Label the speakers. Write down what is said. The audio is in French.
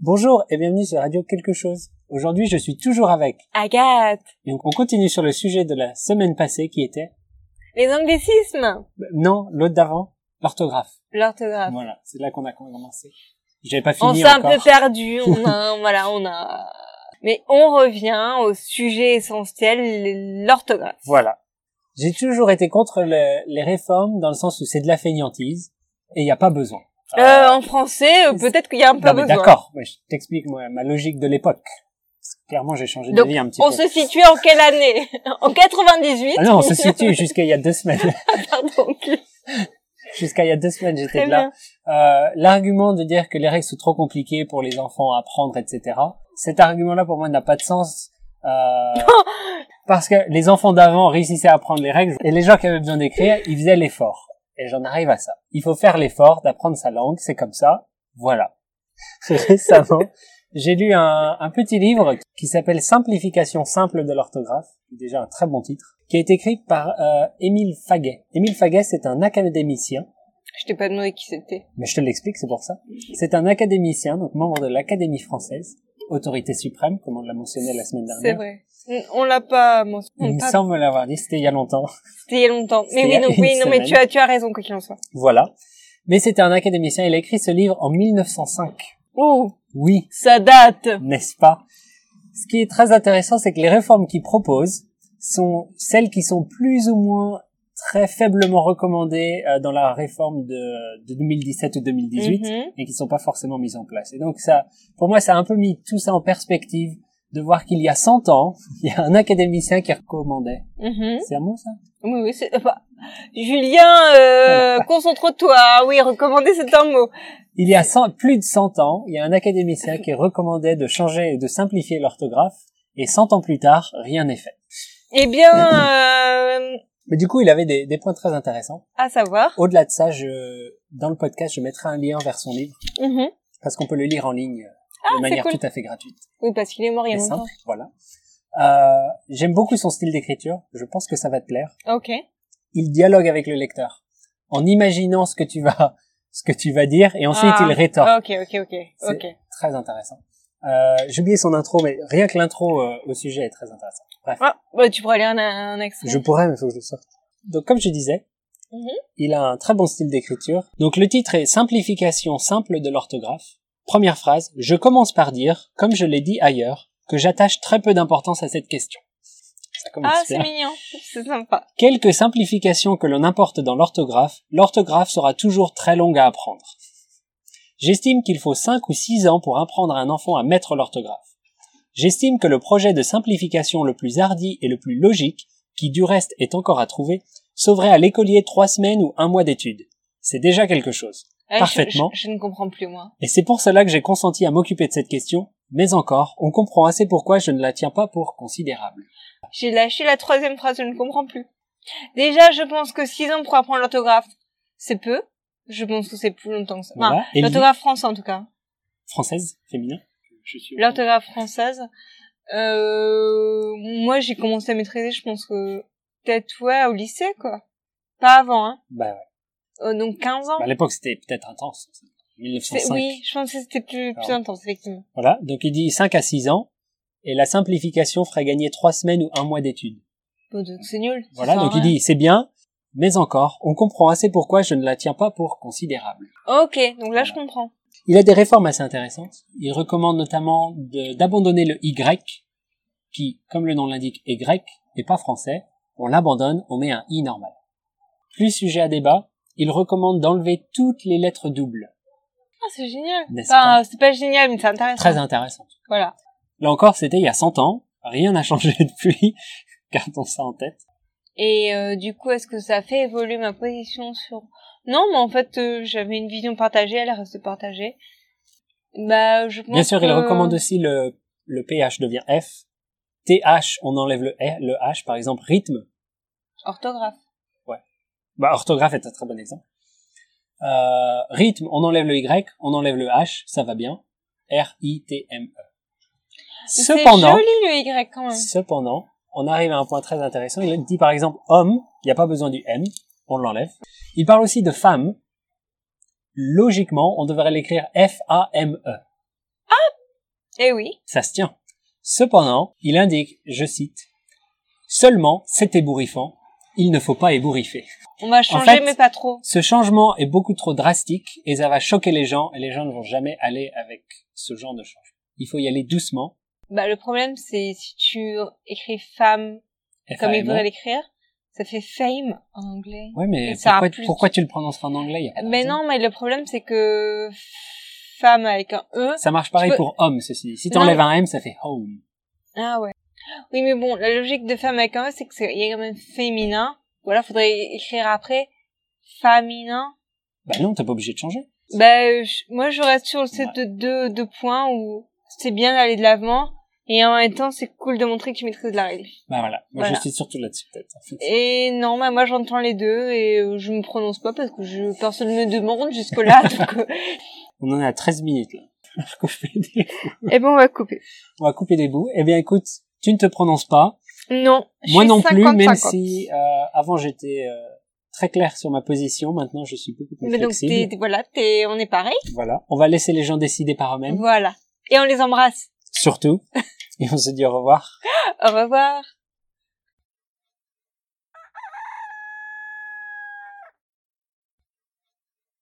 Speaker 1: Bonjour et bienvenue sur Radio Quelque chose. Aujourd'hui, je suis toujours avec.
Speaker 2: Agathe,
Speaker 1: Et on continue sur le sujet de la semaine passée qui était...
Speaker 2: les anglicismes,
Speaker 1: Euh, Non, l'autre d'avant, l'orthographe.
Speaker 2: l'orthographe.
Speaker 1: Voilà, c'est là qu'on a commencé. J'avais pas
Speaker 2: Ah. on
Speaker 1: fini
Speaker 2: s'est un
Speaker 1: encore.
Speaker 2: peu perdu, on a, voilà, on a. Mais on revient au sujet essentiel, l'orthographe.
Speaker 1: Voilà. J'ai toujours été contre le- les réformes dans le sens où c'est de la fainéantise et il n'y a pas besoin.
Speaker 2: Euh, en français, euh, peut-être qu'il y a un peu
Speaker 1: Ah. non, mais
Speaker 2: besoin.
Speaker 1: d'accord, mais je t'explique moi, ma logique de l'époque. Parce que Clairement, j'ai changé de
Speaker 2: Donc,
Speaker 1: vie un petit
Speaker 2: On
Speaker 1: peu.
Speaker 2: se situait en quelle année En 98
Speaker 1: Ah non, on se situe jusqu'à il y a deux semaines.
Speaker 2: Pardon.
Speaker 1: jusqu'à il y a deux semaines, j'étais
Speaker 2: Très
Speaker 1: de là.
Speaker 2: bien.
Speaker 1: Euh, l'argument de dire que les règles sont trop compliquées pour les enfants à apprendre, etc. Cet argument-là, pour moi, n'a pas de sens. euh, parce que les enfants d'avant réussissaient à apprendre les règles et les gens qui avaient besoin d'écrire, ils faisaient l'effort. Et j'en arrive à ça. Il faut faire l'effort d'apprendre sa langue, c'est comme ça. Voilà. Récemment, j'ai lu un, un petit livre qui s'appelle Simplification simple de l'orthographe, qui est déjà un très bon titre, qui est écrit par euh, Émile Faguet. Émile Faguet, c'est un académicien
Speaker 2: Je t'ai pas demandé qui c'était.
Speaker 1: mais je te l'explique, c'est pour ça. C'est un académicien, donc membre de l'Académie française, autorité suprême, comme on l'a mentionné la semaine
Speaker 2: C'est
Speaker 1: dernière.
Speaker 2: vrai. On- On l'a pas mentionné.
Speaker 1: Il me semble l'avoir dit, c'était il y a longtemps.
Speaker 2: C'était il y a longtemps.
Speaker 1: C'était
Speaker 2: Mais
Speaker 1: il y a
Speaker 2: oui, donc
Speaker 1: une
Speaker 2: oui, non, mais tu
Speaker 1: semaine.
Speaker 2: as, tu as raison, quoi qu'il en soit.
Speaker 1: Voilà. Mais c'était un académicien, il a écrit ce livre en 1905.
Speaker 2: Oh,
Speaker 1: Oui,
Speaker 2: ça date.
Speaker 1: n'est-ce pas Ce qui est très intéressant, c'est que les réformes qu'il propose sont celles qui sont plus ou moins très faiblement recommandées euh, dans la réforme de, de 2017 ou 2018.
Speaker 2: Mhm.
Speaker 1: et qui sont pas forcément mises en place. Et donc ça, pour moi, ça a un peu mis tout ça en perspective de voir qu'il y a 100 ans, il y a un académicien qui recommandait.
Speaker 2: Mhm.
Speaker 1: C'est un mot ça
Speaker 2: Oui, oui, c'est... Bah, Julien, euh, concentre-toi. Ah Oui, recommander, c'est un mot.
Speaker 1: Il y a 100 plus de 100 ans, il y a un académicien qui recommandait de changer et de simplifier l'orthographe, et 100 ans plus tard, rien n'est fait.
Speaker 2: Eh bien, euh,
Speaker 1: Mais du coup, il avait des, des points très intéressants.
Speaker 2: à savoir.
Speaker 1: Au-delà de ça, je, dans le podcast, je mettrai un lien vers son livre,
Speaker 2: Mhm.
Speaker 1: parce qu'on peut le lire en ligne euh, de
Speaker 2: Ah, c'est
Speaker 1: manière
Speaker 2: cool.
Speaker 1: tout à fait gratuite.
Speaker 2: Oui, parce qu'il est mort il y a
Speaker 1: et
Speaker 2: longtemps.
Speaker 1: simple, voilà. Euh, J'aime beaucoup son style d'écriture, je pense que ça va te plaire.
Speaker 2: Ok.
Speaker 1: il dialogue avec le lecteur en imaginant ce que tu vas ce que tu vas dire et ensuite
Speaker 2: Ah,
Speaker 1: il rétorque.
Speaker 2: Ok, ok, ok,
Speaker 1: C'est-
Speaker 2: ok.
Speaker 1: Très intéressant. Euh, J'ai oublié son intro, mais rien que l'intro euh, au sujet est très intéressant. Bref,
Speaker 2: Ah, bah, tu pourrais lire un, un extrait.
Speaker 1: je pourrais, mais il faut que je le sorte. Donc comme je disais,
Speaker 2: Mhm.
Speaker 1: il a un très bon style d'écriture. Donc le titre est Simplification simple de l'orthographe. Première phrase, je commence par dire, comme je l'ai dit ailleurs, que j'attache très peu d'importance à cette question. Ça commence
Speaker 2: Ah,
Speaker 1: bien.
Speaker 2: c'est mignon. C'est sympa.
Speaker 1: Quelques simplifications que l'on importe dans l'orthographe, l'orthographe sera toujours très longue à apprendre. J'estime qu'il faut 5 ou 6 ans pour apprendre à un enfant à mettre l'orthographe. J'estime que le projet de simplification le plus hardi et le plus logique, qui du reste est encore à trouver, sauverait à l'écolier 3 semaines ou un mois d'études. C'est déjà quelque chose.
Speaker 2: Ah, je-
Speaker 1: Parfaitement.
Speaker 2: Je, je ne comprends plus, moi.
Speaker 1: Et c'est pour cela que j'ai consenti à m'occuper de cette question, mais encore, on comprend assez pourquoi je ne la tiens pas pour considérable.
Speaker 2: J'ai lâché la troisième phrase, je ne comprends plus. Déjà, je pense que six ans pour apprendre l'orthographe, c'est peu. Je pense que c'est plus longtemps que ça. Enfin,
Speaker 1: Voilà. Et li-
Speaker 2: l'orthographe française, en tout cas.
Speaker 1: française, féminin. Je suis
Speaker 2: l'orthographe française. Euh, moi, j'ai commencé à maîtriser, je pense que peut-être ouais, au lycée, quoi. Pas avant, hein.
Speaker 1: Bah,
Speaker 2: Euh, donc 15 ans.
Speaker 1: Bah, À l'époque, c'était peut-être intense. hein,
Speaker 2: C'est-
Speaker 1: 1905.
Speaker 2: oui, je pense que c'était plus, plus
Speaker 1: Pardon.
Speaker 2: intense, effectivement.
Speaker 1: Voilà. Donc, il dit 5 à 6 ans. Et la simplification ferait gagner 3 semaines ou 1 mois d'études.
Speaker 2: Bon, donc c'est hein. nul. ça
Speaker 1: Voilà.
Speaker 2: sert à
Speaker 1: Donc, il
Speaker 2: rien.
Speaker 1: dit, c'est bien. Mais encore, on comprend assez pourquoi je ne la tiens pas pour considérable.
Speaker 2: Ok, donc là,
Speaker 1: Voilà.
Speaker 2: je comprends.
Speaker 1: Il a des réformes assez intéressantes. Il recommande notamment de- d'abandonner le Y, qui, comme le nom l'indique, est grec et pas français. On l'abandonne, on met un I normal. Plus sujet à débat, il recommande d'enlever toutes les lettres doubles.
Speaker 2: Ah, c'est génial.
Speaker 1: N'est-ce
Speaker 2: Enfin, c'est pas génial, mais c'est intéressant.
Speaker 1: Très intéressant.
Speaker 2: Voilà.
Speaker 1: Là encore, c'était il y a 100 ans. Rien n'a changé depuis. Gardons ça en tête.
Speaker 2: Et euh, du coup, est-ce que ça fait évoluer ma position sur... Non, mais en fait, euh, j'avais une vision partagée, elle reste partagée. Bah, je pense
Speaker 1: Bien sûr, il
Speaker 2: que-
Speaker 1: recommande aussi le, le PH devient F. TH, on enlève le, R, le H, par exemple, rythme.
Speaker 2: Orthographe.
Speaker 1: Bah, orthographe est un très bon exemple. Euh, rythme, on enlève le Y, on enlève le H, ça va bien. R-I-T-M-E.
Speaker 2: C'est
Speaker 1: E. Cependant,
Speaker 2: joli le Y quand même.
Speaker 1: cependant, on arrive à un point très intéressant. Il dit par exemple homme, il n'y a pas besoin du M, on l'enlève. Il parle aussi de femme. Logiquement, on devrait l'écrire F-A-M-E.
Speaker 2: Eh oui.
Speaker 1: E. Ça se tient. Cependant, il indique, je cite, Seulement, c'est ébouriffant, il ne faut pas ébouriffer.
Speaker 2: On va changer,
Speaker 1: fait,
Speaker 2: mais pas trop.
Speaker 1: Ce changement est beaucoup trop drastique et ça va choquer les gens et les gens ne vont jamais aller avec ce genre de changement. Il faut y aller doucement.
Speaker 2: Bah, le problème, c'est si tu écris femme comme
Speaker 1: E.
Speaker 2: il voudrait l'écrire, ça fait fame en anglais.
Speaker 1: Oui, mais
Speaker 2: Et ça a
Speaker 1: pourquoi,
Speaker 2: plus-
Speaker 1: pourquoi tu le prononces en anglais il y a pas de
Speaker 2: Mais
Speaker 1: raison.
Speaker 2: non, mais le problème, c'est que femme avec un E.
Speaker 1: Ça marche pareil
Speaker 2: peux-
Speaker 1: pour homme, ceci dit. Si
Speaker 2: Non.
Speaker 1: t'enlèves un M, ça fait home.
Speaker 2: Ah ouais. Oui, mais bon, la logique de femme avec un E, c'est que c'est- il y a quand même féminin. Ou alors, faudrait écrire après faminin.
Speaker 1: Bah non, t'es pas obligé de changer.
Speaker 2: Ben, je- moi, je reste sur le set de deux, deux points où c'est bien d'aller de l'avant. Et en même temps, c'est cool de montrer que tu maîtrises la règle.
Speaker 1: Bah voilà. Moi,
Speaker 2: Voilà.
Speaker 1: je suis surtout là-dessus, peut-être. en fait.
Speaker 2: Et non, bah, moi j'entends les deux et euh, je me prononce pas parce que je, personne ne me demande jusque-là. donc, euh,
Speaker 1: On en est à 13 minutes, là. On va couper des-
Speaker 2: Eh ben on va couper.
Speaker 1: On va couper des bouts. Eh bien, écoute, tu ne te prononces pas.
Speaker 2: Non. je
Speaker 1: Moi
Speaker 2: suis
Speaker 1: non plus, même
Speaker 2: 50-50.
Speaker 1: si euh, avant j'étais euh, très clair sur ma position, maintenant je suis beaucoup plus
Speaker 2: Mais donc
Speaker 1: flexible.
Speaker 2: t'es, t'es- voilà, t'es, Mmh. on est pareil.
Speaker 1: Voilà, on va laisser les gens décider par eux-mêmes,
Speaker 2: Voilà. Et on les embrasse.
Speaker 1: surtout, et on se dit au revoir.
Speaker 2: Au revoir.